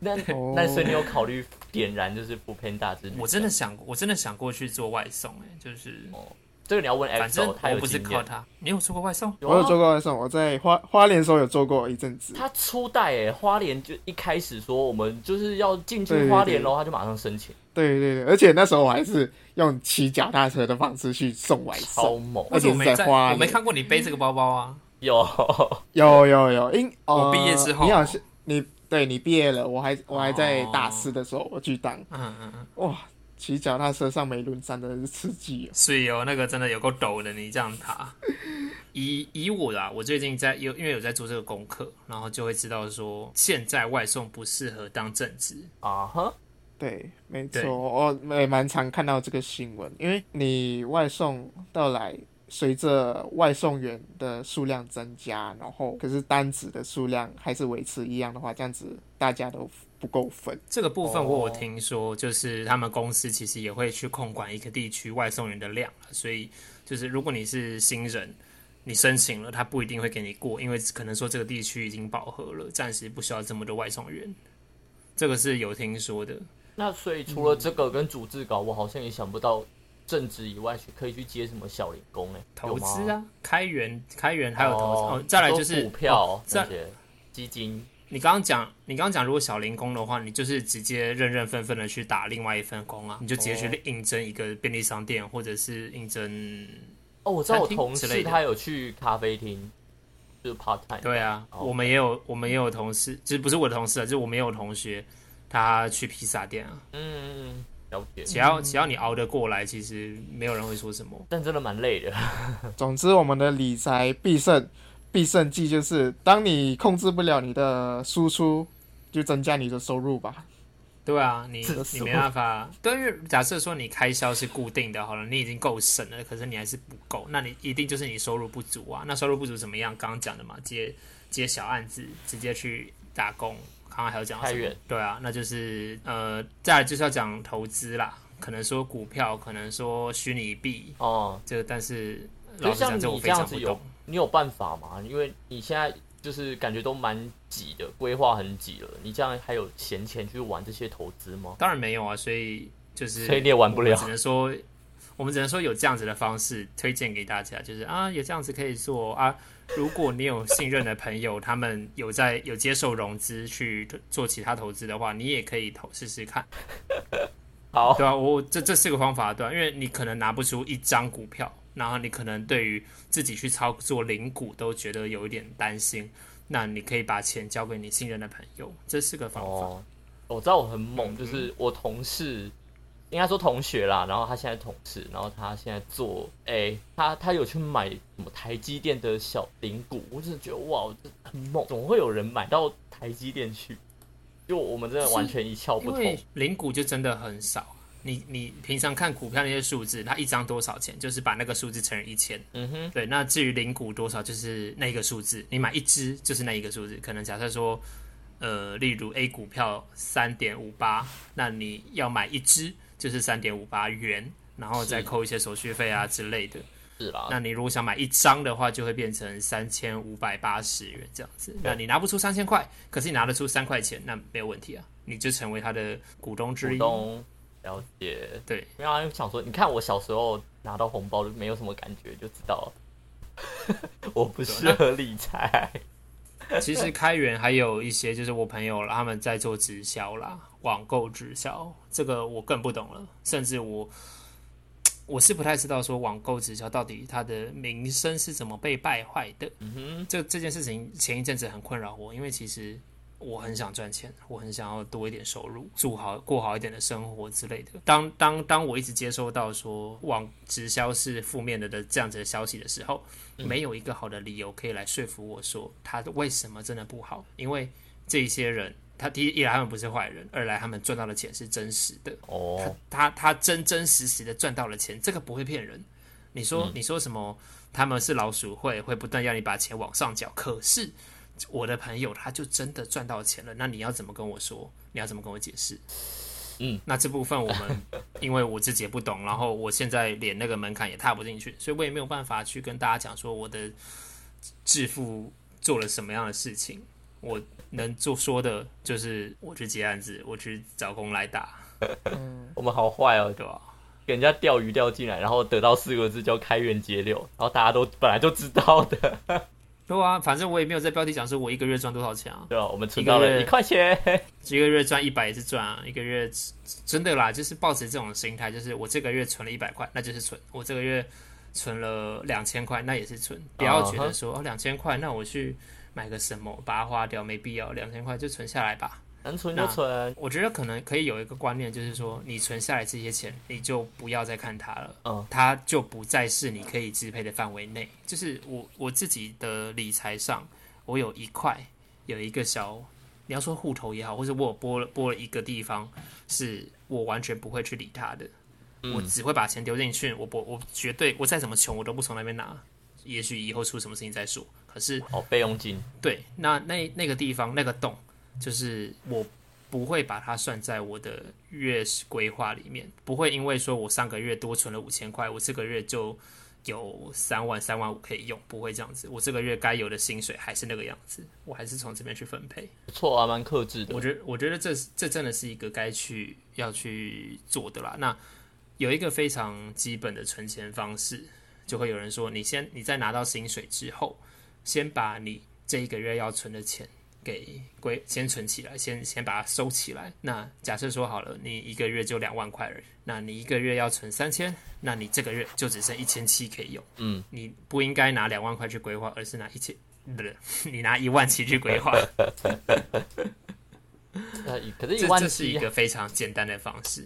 B: 那
D: 哦
B: 那所以你有考虑点燃就是不偏大之旅？
A: 我真的想，我真的想过去做外送、哎，就是
B: 哦，这个你要问
A: 反正
B: X，他
A: 我
B: 有
A: 不是
B: 经
A: 靠
B: 验。
A: 他。你有做过外送？
B: 啊
D: 我有做过外送，我在花花莲的时候有做过一阵子。
B: 他初代哎，花莲就一开始说我们就是要进军
D: 对
B: 花
D: 对
B: 莲
D: 对
B: 喽，他就马上申请，
D: 对对对，而且那时候我还是用骑脚踏车的方式去送外
B: 超
D: 送。
B: 猛！
D: 而且
A: 我
D: 是
A: 没
D: 在花
A: 我没
D: 莲
A: 看过你背这个包包啊。
B: 有
D: 有有有，因、呃、
A: 我毕业之后哦
D: 你好像你对你毕业了，我还我还在大四的时候，我去当
A: 嗯嗯嗯，
D: 哇，骑脚踏车上梅轮山的刺激哦。
A: 所以哦，那个真的有够陡的，你这样爬。 以以我啦，我最近在有因为有在做这个功课，然后就会知道说，现在外送不适合当正职，
B: 啊哈，
D: 对，没
A: 对
D: 错，我也蛮常看到这个新闻，因为你外送到来，随着外送员的数量增加，然后可是单子的数量还是维持一样的话，这样子大家都不够分。
A: 这个部分
B: 哦
A: 我有听说，就是他们公司其实也会去控管一个地区外送员的量，啊所以就是如果你是新人，你申请了，他不一定会给你过，因为可能说这个地区已经饱和了，暂时不需要这么多外送员。这个是有听说的，
B: 那所以除了
A: 嗯
B: 这个跟主治稿，我好像也想不到正职以外去可以去接什么小零工哎、有
A: 投
B: 吗
A: 资，啊，开源、开源还有投资，
B: 哦
A: 哦，再来就是
B: 股票、
A: 哦
B: 这
A: 再
B: 些基金，
A: 你刚刚讲，你刚刚讲，如果小零工的话，你就是直接认认分分的去打另外一份工啊，你就直接
B: 哦
A: 去应征一个便利商店，或者是应征，
B: 哦，我知道我
A: 餐厅
B: 同
A: 之类
B: 事
A: 的
B: 他有去咖啡厅，就是 part time。
A: 对啊，
B: 哦
A: 我们也有，我们也有同事，就是不是我的同事啊，就是我们也有同学，他去披萨店啊，
B: 嗯，嗯嗯，了解。
A: 只要、只要你熬得过来，其实没有人会说什么。
B: 但真的蛮累的，
D: 总之，我们的理财必胜必胜计就是，当你控制不了你的输出，就增加你的收入吧。
A: 对啊，你
B: 这是
A: 你没办法，对，因为假设说你开销是固定的，好了，你已经够省了，可是你还是不够，那你一定就是你收入不足啊。那收入不足怎么样？刚刚讲的嘛，接接小案子，直接去打工。刚刚还有讲到什
B: 开
A: 么
B: 源？
A: 对啊，那就是呃，再来就是要讲投资啦，可能说股票，可能说虚拟币，
B: 哦、
A: 这个但是
B: 就
A: 老实讲，
B: 像
A: 这我
B: 你这
A: 非
B: 样
A: 常
B: 子
A: 不
B: 有
A: 懂。
B: 你有办法吗？因为你现在就是感觉都蛮挤的，规划很挤了，你这样还有闲钱去玩这些投资吗？
A: 当然没有啊，所以就是
B: 所以你也玩不了
A: 我们只能说，我们只能说有这样子的方式推荐给大家，就是啊，有这样子可以做啊。如果你有信任的朋友，他们有在有接受融资去做其他投资的话，你也可以投试试看，
B: 好，
A: 对啊，我这这是个方法，对啊，因为你可能拿不出一张股票，然后你可能对于自己去操作零股都觉得有一点担心，那你可以把钱交给你信任的朋友，这是个方法。嗯
B: 哦，我知道我很猛，就是我同事，应该说同学啦，然后他现在同事，然后他现在做，哎、他他有去买什么台积电的小零股，我真的觉得哇，这很猛，总会有人买到台积电去，就我们真的完全一窍不
A: 因
B: 通
A: 为。零股就真的很少。你你平常看股票那些数字，它一张多少钱，就是把那个数字乘以一千。
B: 嗯哼，
A: 对，那至于零股多少，就是那一个数字。你买一只就是那一个数字。可能假设说，呃，例如 A 股票三点五八，那你要买一只就是三点五八元，然后再
B: 是
A: 扣一些手续费啊之类的。
B: 是啦，
A: 那你如果想买一张的话，就会变成三千五百八十元这样子。那你拿不出三千块，可是你拿得出三块钱，那没有问题啊，你就成为他的股东之
B: 股
A: 一。
B: 东了解。
A: 对，
B: 没有啊，因为想说，你看我小时候拿到红包就没有什么感觉，就知道 我不适合 理财。
A: 其实开源还有一些就是我朋友啦他们在做直销啦，网购直销，这个我更不懂了，甚至我我是不太知道说网购直销到底它的名声是怎么被败坏的。
B: 嗯哼，
A: 这这件事情前一阵子很困扰我，因为其实我很想赚钱，我很想要多一点收入，住好过好一点的生活之类的。当当当我一直接收到说网直销是负面的的这样子的消息的时候，没有一个好的理由可以来说服我说他为什么真的不好，因为这一些人。他第一，一来他们不是坏人；二来他们赚到的钱是真实的，
B: 哦，
A: 他他真真实实的赚到了钱，这个不会骗人。你说、你说什么？他们是老鼠会，会不断要你把钱往上缴。可是我的朋友他就真的赚到钱了，那你要怎么跟我说？你要怎么跟我解释？
B: 嗯，
A: 那这部分我们因为我自己也不懂，然后我现在连那个门槛也踏不进去，所以我也没有办法去跟大家讲说我的致富做了什么样的事情。我能做说的就是我去接案子，我去找工来打，
B: 我们好坏哦，
A: 对吧、
B: 给人家钓鱼钓进来，然后得到四个字叫开源节流，然后大家都本来就知道的，
A: 对啊，反正我也没有在标题讲说我一个月赚多少钱啊，
B: 对吧？我们存到
A: 一个
B: 了
A: 月
B: 一块钱，
A: 一个月赚一百也是赚啊，一个月真的啦，就是抱持这种心态，就是我这个月存了一百块，那就是存；我这个月存了两千块，那也是存。不要觉得说哦两千块，那我去买个什么把它花掉，没必要，两千块就存下来吧。
B: 能存就存，
A: 我觉得可能可以有一个观念，就是说你存下来这些钱，你就不要再看它了。
B: 嗯，
A: 它就不再是你可以支配的范围内。就是我我自己的理财上，我有一块有一个小，你要说户头也好，或者我有拨了拨了一个地方，是我完全不会去理它的，我只会把钱丢进去，我不我绝对我再怎么穷，我都不从那边拿。也许以后出什么事情再说，可是
B: 哦，备用金，
A: 对，那那那个地方那个洞，就是我不会把它算在我的月规划里面，不会因为说我上个月多存了五千块，我这个月就有三万三万五可以用，不会这样子。我这个月该有的薪水还是那个样子，我还是从这边去分配。
B: 不错啊，蛮克制的
A: 我。觉得我觉得这是这真的是一个该去要去做的啦。那有一个非常基本的存钱方式，就会有人说，你先你在拿到薪水之后，先把你这一个月要存的钱给归先存起来，先先把它收起来。那假设说好了，你一个月就两万块而已，那你一个月要存三千，那你这个月就只剩一千七可以用。
B: 嗯，
A: 你不应该拿两万块去规划，而是拿一千。不是， 你拿一万七去规划，
B: 那可是一
A: 这
B: 万
A: 这是一
B: 七，嗯
A: 个非常简单的方式。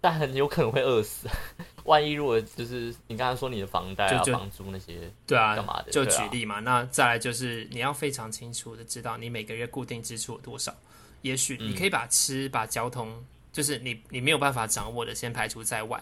B: 但很有可能会饿死。 万一如果就是你刚才说你的房贷啊、
A: 就就
B: 房租那些，
A: 对啊，
B: 干嘛的
A: 就
B: 对
A: 举
B: 啊
A: 例嘛。那再来就是你要非常清楚的知道你每个月固定支出有多少。也许
B: 嗯
A: 你可以把吃、把交通，就是你你没有办法掌握的，先排除在外。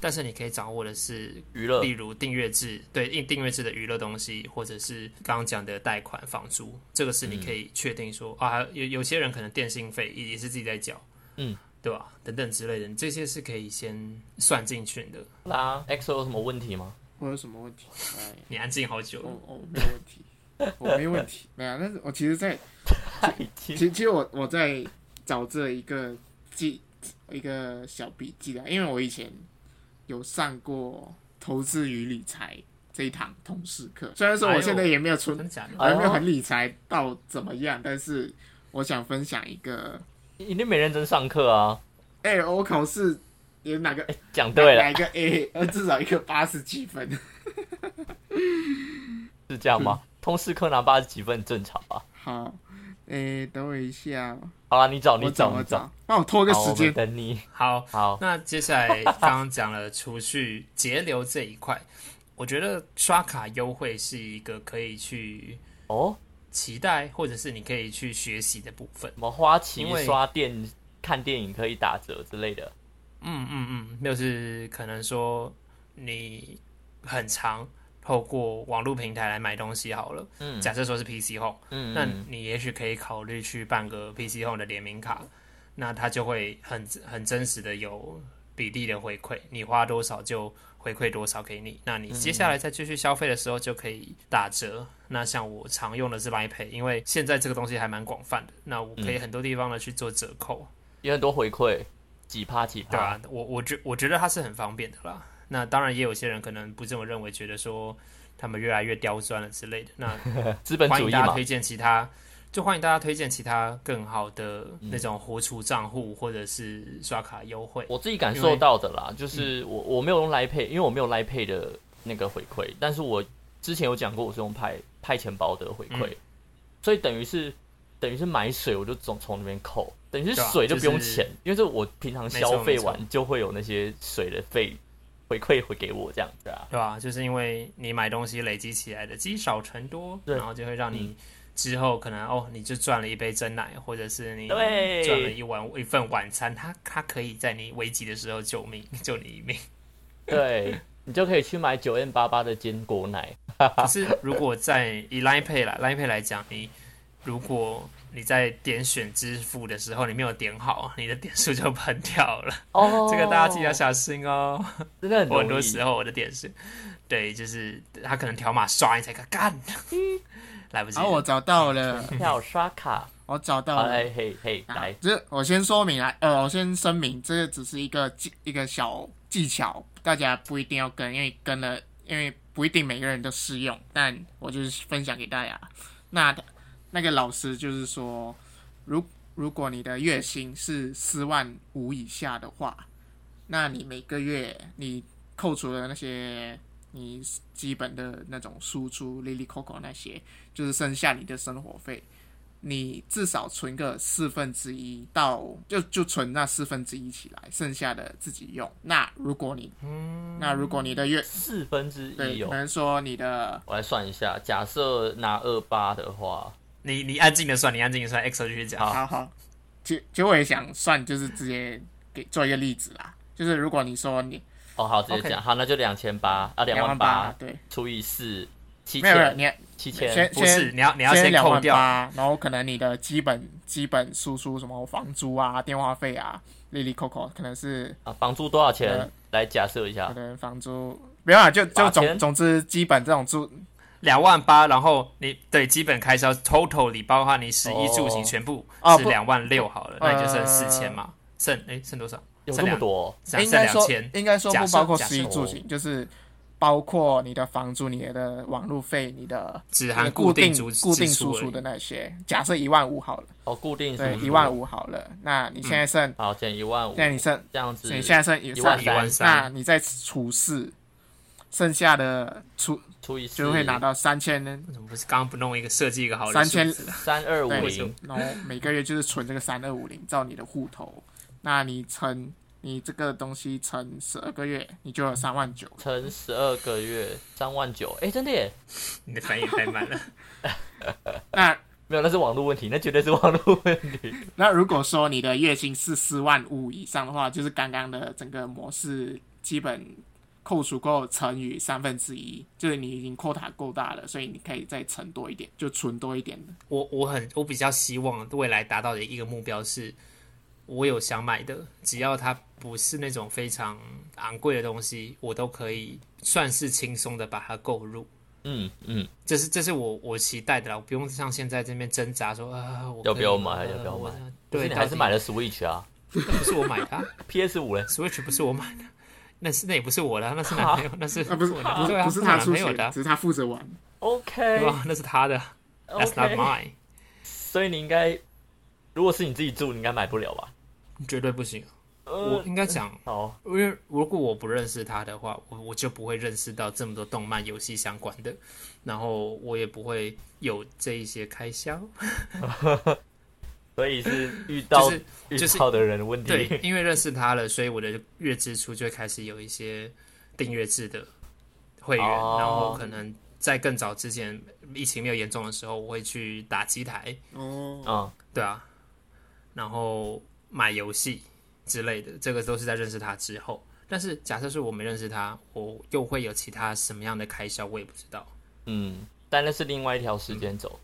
A: 但是你可以掌握的是，
B: 娱乐
A: 例如订阅制，对订订阅制的娱乐东西，或者是刚刚讲的贷款、房租，这个是你
B: 嗯
A: 可以确定说、啊，有有些人可能电信费也也是自己在缴，
B: 嗯，
A: 对吧？等等之类的，你这些是可以先算进去的。嗯
B: 啦，XO 有什么问题吗？
D: 我有什么问题？哎，
A: 你安静好久
D: 我
A: 了，
D: 我哦没有问题，我没问题，没有、但是我其实 在，
B: 已
D: 其
B: 经
D: 实其实我我在找这一个记一个小笔记的，因为我以前有上过投资与理财这一堂通识课，虽然说我现在也没有存
A: 真的假的？
B: 哎
D: 还
B: 呦
D: 没有很理财到怎么样，但是我想分享一个，
B: 一定没认真上课啊！哎
D: 哎、我考试有哪个
B: 讲 对
D: 哪
A: 嗯
B: 了，
D: 一个 A，呃，至少一个八十几分。
B: 是这样
A: 嗯
B: 吗？通识课拿八十几分很正常吧？
D: 好，哎、等我一下，哦
B: 好啦，你找
D: 我
B: 你
D: 找
B: 找
D: 我
B: 你找，
D: 找，帮我拖个
B: 好，
D: 时
B: 我
D: 间
B: 们。等你。
A: 好，
B: 好，
A: 那接下来刚刚讲了储蓄节流这一块，我觉得刷卡优惠是一个可以去
B: 哦，
A: 期待，或者是你可以去学习的部分。
B: 什么花旗
A: 因为
B: 刷电看电影可以打折之类的，
A: 嗯嗯嗯，就是可能说你很常透过网络平台来买东西好了，
B: 嗯
A: 假设说是 PC Home，
B: 嗯，
A: 那
B: 嗯
A: 你也许可以考虑去办个 PC Home 的联名卡，那它就会很很真实的有比例的回馈，你花多少就回馈多少给你。那你接下来再继续消费的时候就可以打折。那像我常用的是 Line Pay，因为现在这个东西还蛮广泛的，那我可以很多地方呢去做折扣，
B: 有很多回馈，几趴几趴，
A: 对吧、我我觉我觉得它是很方便的啦。那当然也有些人可能不这么认为，觉得说他们越来越刁钻了之类的。那
B: 资本
A: 啊欢
B: 主
A: 迎
B: 义
A: 大家
B: 嘛
A: 推，荐其他，就欢迎大家推荐其他更好的那种活储账户或者是刷卡优惠。
B: 嗯我自己感受到的啦，就是我我没有用来配，因为我没有来配的那个回馈，但是我之前有讲过，我是用派派钱包的回
A: 嗯
B: 馈，所以等于是等于是买水，我就从从那边扣，等于是
A: 对啊
B: 水就不用
A: 就是
B: 钱，因为这我平常
A: 错
B: 消费
A: 没错
B: 完就会有那些水的费回馈会给我这样子啊。
A: 对吧、就是因为你买东西累积起来的积少成多，
B: 对嗯
A: 然后就会让你之后可能、哦，你就赚了一杯真奶，或者是你
B: 对
A: 赚了一碗一份晚餐，它它可以在你危急的时候救命 救你一命。
B: 对你就可以去买九 N 八八的坚果奶，
A: 可是如果在以 Line Pay 来 Line Pay 来讲，你如果你在点选支付的时候，你没有点好，你的点数就喷掉了。
B: 哦
A: 这个大家自己要小心哦。
B: 真的很
A: 我很
B: 容
A: 多
B: 易
A: 时候我的点是，对，就是他可能条码刷一下，干，
B: 嗯
A: 来不及
D: 好、
A: 了。
D: 啊我找到了，
B: 票刷卡，
D: 我找到
B: 好
D: 了。
B: 来嘿嘿
D: 啊
B: 来，
D: 这我先说明啊，呃，我先声明，这个只是一个技一个小技巧，大家不一定要跟，因为跟了，因为不一定每个人都适用，但我就是分享给大家。那那个老师就是说，如如果你的月薪是四万五以下的话，那你每个月你扣除了那些你基本的那种输出、l i l y Coco 那些，就是剩下你的生活费，你至少存个四分之一到就就存那四分之一起来，剩下的自己用。那如果你，
B: 嗯
D: 那如果你的月
B: 四分之一
D: 对，可
B: 哦。
D: 能说你的
B: 我来算一下，假设拿二八的话，
A: 你你安静的算，你安静的算，X 继续讲。
B: 啊
D: 好好，其其实我也想算，就是直接给做一个例子啦，就是如果你说你
B: 哦好，直接
D: OK
B: 讲，好那就两千八啊，两
D: 两
B: 万
D: 八
B: 八，
D: 对，
B: 除以四，七
D: 没有没有，
B: 千，
D: 你
B: 七千，
D: 先
A: 不是，
D: 先
A: 你要你要
D: 先两
A: 扣
D: 万
A: 掉。
D: 八，然后可能你的基本基本输出什么房租啊、电话费啊、利利 Coco 可能是
B: 啊，房租多少钱
D: 呃？
B: 来假设一
D: 可
B: 下，
D: 能房租没有啊，就就
B: 8000
D: 总总之基本这种租
A: 两万八，然后你对基本开销 total 里包含你食衣住行
B: 哦
A: 全部
D: 啊
A: 是
D: 不
A: 两万六好了，那你就剩
D: 呃
A: 四千嘛，剩诶剩多少？
B: 有
A: 剩
B: 这么
A: 两，
B: 多哦？
A: 剩
D: 应
A: 剩
D: 该
A: 两
D: 说
A: 千。
D: 应该说
A: 假
D: 不
A: 设
D: 包括
A: 假
D: 食衣
A: 设
D: 住行，就是包括你的房租、你的网路费、你的
A: 只
D: 你
A: 含
D: 的
A: 固
D: 固
A: 定
D: 定
A: 支支
D: 固定
A: 出
D: 输
A: 而已
D: 出的那些，假设一万五好了，
B: 哦，固定
D: 对，
B: 数
D: 一万
B: 五，
D: 五好了，那你现在剩
B: 好，减一万五，
D: 现在你
B: 这
D: 剩
B: 样子，
D: 你现在剩一
B: 一万
A: 嗯一万
B: 三
A: 三
D: 那你再除四，剩下的除
B: 除以四，
D: 就会拿到三千
A: 为什么不是刚刚不弄一个设计一个好的
D: 三
A: 数
D: 千
A: 字啊
B: 三二五
D: 对
B: 零，，
D: 然后每个月就是存这个三二五零到你的户头，那你乘你这个东西乘十二个月，你就有三万九。
B: 乘十二个月，三万九，哎，真的耶，
A: 你的反应太慢了。
D: 那
B: 没有，那是网络问题，那绝对是网络问题。
D: 那如果说你的月薪是四万五以上的话，就是刚刚的整个模式基本扣除过乘以三分之一，就是你已经扣塔够大了，所以你可以再乘多一点，就存多一点的。
A: 我我很我比较希望未来达到的一个目标是，我有想买的，只要它不是那种非常昂贵的东西，我都可以算是轻松的把它购入。
B: 嗯嗯，
A: 这是这是我我期待的啦，我不用像现在这边挣扎说啊，我
B: 要不要
A: 可以吗
B: 买要不要？
A: 我
B: 买可
A: 对，
B: 是你还是买
A: 了，
B: 了 Switch 啊
A: 不是我买的啊
B: ，PS 五嘞，
A: ，Switch 不是我买的，那是那也不是我的啊，那是男朋友，那是
D: 啊，不是，
A: 我
D: 不
A: 的啊
D: 是，
A: 对啊，
D: 不是
A: 我
D: 他
A: 男
D: 出
A: 朋友
D: 钱
A: 的啊，，
D: 只是他负责玩。
A: 对
B: OK
A: 吧？那是他的啊，That's not
B: OK，
A: mine，
B: 所以你应该，如果是你自己住，你应该买不了吧？
A: 绝对不行。我
B: 呃，
A: 应该讲
B: 好，
A: 因为如果我不认识他的话，我我就不会认识到这么多动漫、游戏相关的，然后我也不会有这一些开销。
B: 所以是遇
A: 就
B: 到、
A: 是
B: 遇
A: 就是
B: 到的人的问题。
A: 对，因为认识他了，所以我的月支出就会开始有一些订阅制的会员，
B: 哦
A: 然后可能在更早之前疫情没有严重的时候，我会去打机台，
D: 哦，
B: 嗯，
A: 对啊，然后买游戏之类的，这个都是在认识他之后。但是假设是我没认识他，我又会有其他什么样的开销，我也不知道。
B: 嗯，但那是另外一条时间轴，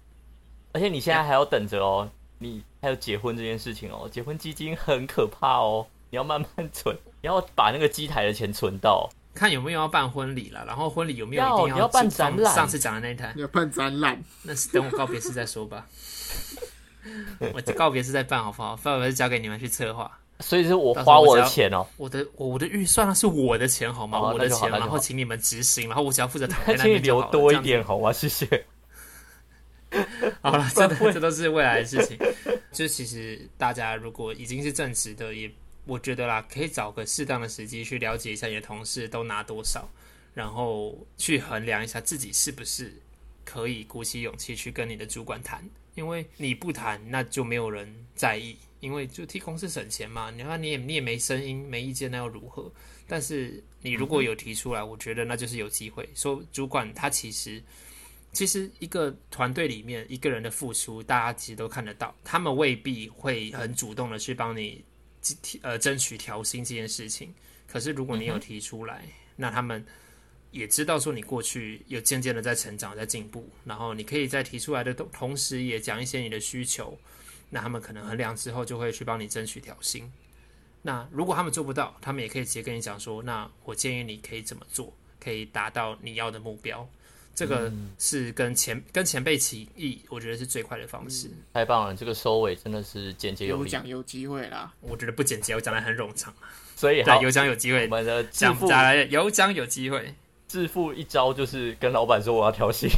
B: 而且你现在还要等着哦，你还有结婚这件事情哦，结婚基金很可怕哦，你要慢慢存。你要把那个机台的钱存到。哦
A: 看有没有要办婚礼了，然后婚礼有没有
B: 要
A: 一定
B: 你要办
A: 只放
B: 展览
A: 上次讲的那一台，
D: 要办展览，
A: 那是等我告别式再说吧。我告别式再办好不好？告别式交给你们去策划。
B: 所以是我花我的钱哦、
A: 我的我我的预算啊是我的钱好吗？
B: 好啊
A: 我的
B: 那就好
A: 钱，
B: 那就好
A: 然后请你们执行，然后我只要负责躺在
B: 还
A: 那
B: 请你
A: 边就
B: 留
A: 好了
B: 多
A: 这
B: 一。
A: 样
B: 点好吗？谢谢。
A: 好了，这
B: 不然会
A: 都这都是未来的事情。就其实大家如果已经是正职的，也我觉得啦，可以找个适当的时机去了解一下你的同事都拿多少，然后去衡量一下自己是不是可以鼓起勇气去跟你的主管谈，因为你不谈，那就没有人在意。因为就替公司省钱嘛，你看你也你也没声音没意见，那又如何？但是你如
B: 嗯
A: 果有提出来，我觉得那就是有机会。说主管他其实其实一个团队里面一个人的付出，大家其实都看得到，他们未必会很主动的去帮你提呃争取调薪这件事情。可是如果你有提出来，那他们也知道说你过去有渐渐的在成长、在进步，然后你可以在提出来的同同时，也讲一些你的需求，那他们可能衡量之后就会去帮你争取调薪。那如果他们做不到，他们也可以直接跟你讲说，那我建议你可以怎么做，可以达到你要的目标。这个
B: 嗯
A: 是跟前、跟前辈起义，我觉得是最快的方式。
B: 太棒了，这个收尾真的是简洁有
D: 有
B: 力，
D: 奖有机会啦。
A: 我觉得不简洁，我讲的很冗长。
B: 所以好
A: 对，，有奖有机
B: 我
A: 会，
B: 们的致
A: 讲
B: 富
A: 讲来有奖有机会，
B: 致富一招就是跟老板说我要调薪，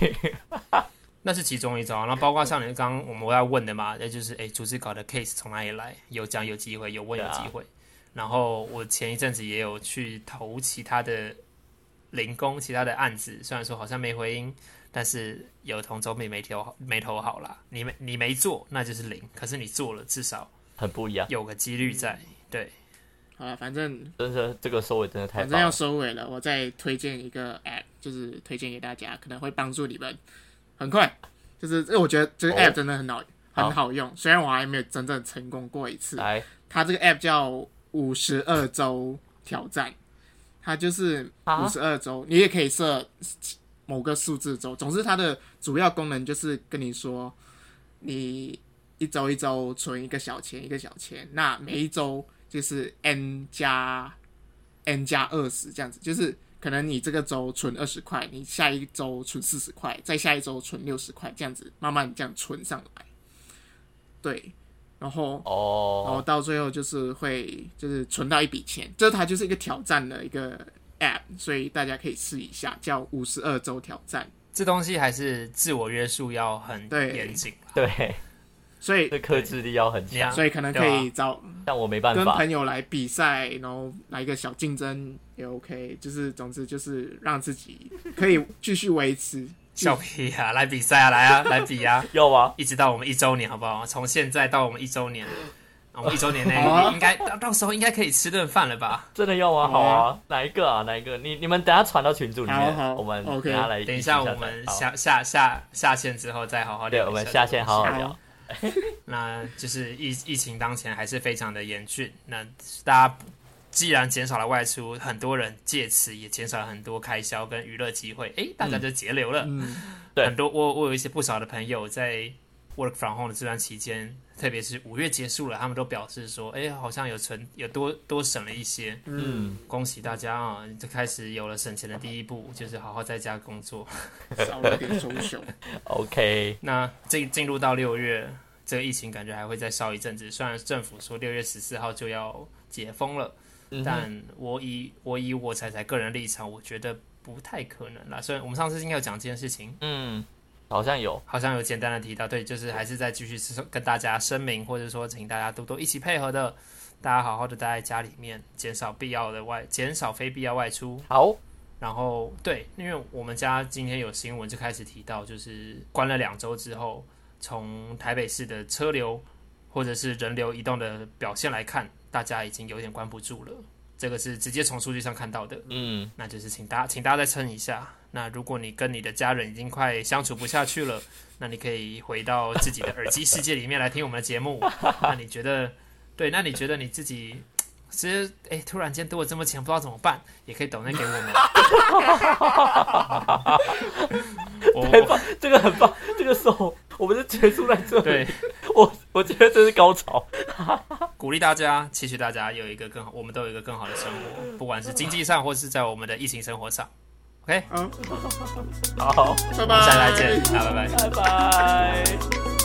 A: 那是其中一招。然后包括像你刚刚我们要问的嘛，那就是哎，组织搞的 case 从哪里来？有奖有机会，有问有
B: 对啊
A: 机会。然后我前一阵子也有去投其他的零工，其他的案子，虽然说好像没回音，但是有同周密没投好没投好啦。你没你没做，那就是零；可是你做了，至少
B: 很不一样。
A: 有个几率在。对，
D: 好了，反正
B: 真的，这个收尾真的太
D: 反正
B: 棒
D: 要
B: 了。
D: 收尾了，我再推荐一个 app，就是推荐给大家，可能会帮助你们。很快，就是因为我觉得这个
B: 哦
D: app 真的很好、
B: 好哎
D: 很好用，虽然我还没有真正成功过一次。
B: 来，
D: 它这个 app 叫五十二周挑战，它就是
B: 啊
D: 五十二周，你也可以设某个数字周。总之，它的主要功能就是跟你说，你一周一周存一个小钱，一个小钱，那每一周就是 n 加 n 加二十这样子，就是可能你这个周存二十块，你下一周存四十块，再下一周存六十块，这样子慢慢这样存上来。对，然后然后
B: 哦，
D: 到最后就是会就是存到一笔钱，这它就是一个挑战的一个 app，所以大家可以试一下，叫五十二周挑战。
A: 这东西还是自我约束要很
D: 对
A: 严谨啊啦。
B: 对，
D: 所以
B: 这克制力要很
A: 你啊
B: 强，
D: 所以可能可
A: 对
D: 以找
B: 但我没办
D: 跟
B: 法。
D: 朋友来比赛，然后来一个小竞争也 OK，就是总之就是让自己可以继续维持。
A: 笑屁啊！来比赛啊，来啊，来比啊！
B: 要吗？
A: 一直到我们一周年，好不好？从现在到我们一周年，啊我们一周年内
D: 好啊
A: 应该到到时候应该可以吃顿饭了吧？
B: 真的要吗？好
D: 好啊
B: 啊，哪一个啊？哪一个？你你们等下传到群组里面，
D: 好好
B: 我们
D: OK
B: 等下来起载。
A: 等一下我们
B: 好
A: 下下下下线之后再好好
B: 对，
A: 聊一
B: 我们下线
A: 哦
B: 好好聊
D: 好。
A: 那就是疫疫情当前还是非常的严峻，那大家既然减少了外出，很多人借此也减少了很多开销跟娱乐机会，诶，大家就节流了。
D: 嗯，
B: 对
A: 很多我我有一些不少的朋友在 work from home 的这段期间，特别是五月结束了，他们都表示说，诶，好像有存有多多省了一些。
B: 嗯，
A: 恭喜大家啊！就开始有了省钱的第一步，就是好好在家工作。
D: 少了点收手。
B: ，OK，
A: 那进进入到六月，这个疫情感觉还会再烧一阵子。虽然政府说六月十四号就要解封了，
B: 嗯哼
A: 但我以我以我彩彩个人立场，我觉得不太可能啦。虽然我们上次应该有讲这件事情，
B: 嗯，好像有，
A: 好像有简单的提到，对，就是还是再继续跟大家声明，或者说请大家多多一起配合的，大家好好的待在家里面，减少必要的外，减少非必要外出。
B: 好，
A: 然后对，因为我们家今天有新闻就开始提到，就是关了两周之后，从台北市的车流或者是人流移动的表现来看，大家已经有点关不住了。这个是直接从数据上看到的，
B: 嗯，
A: 那就是请大家请大家再撑一下。那如果你跟你的家人已经快相处不下去了，那你可以回到自己的耳机世界里面来听我们的节 目。那你觉得，对？那你觉得你自己，其实哎，突然间多了这么钱，不知道怎么办，也可以抖那给我 们。我
B: 太
A: 我
B: 棒，这个很棒，这个时候我们就结束在这里。
A: 对
B: 我我觉得这是高潮。
A: 鼓励大家，期许大家有一个更好，我们都有一个更好的生活，不管是经济上或是在我们的疫情生活上。OK，
D: 嗯，
B: 好，
E: 拜拜，
A: 下次再见，大家拜拜。
B: 拜拜。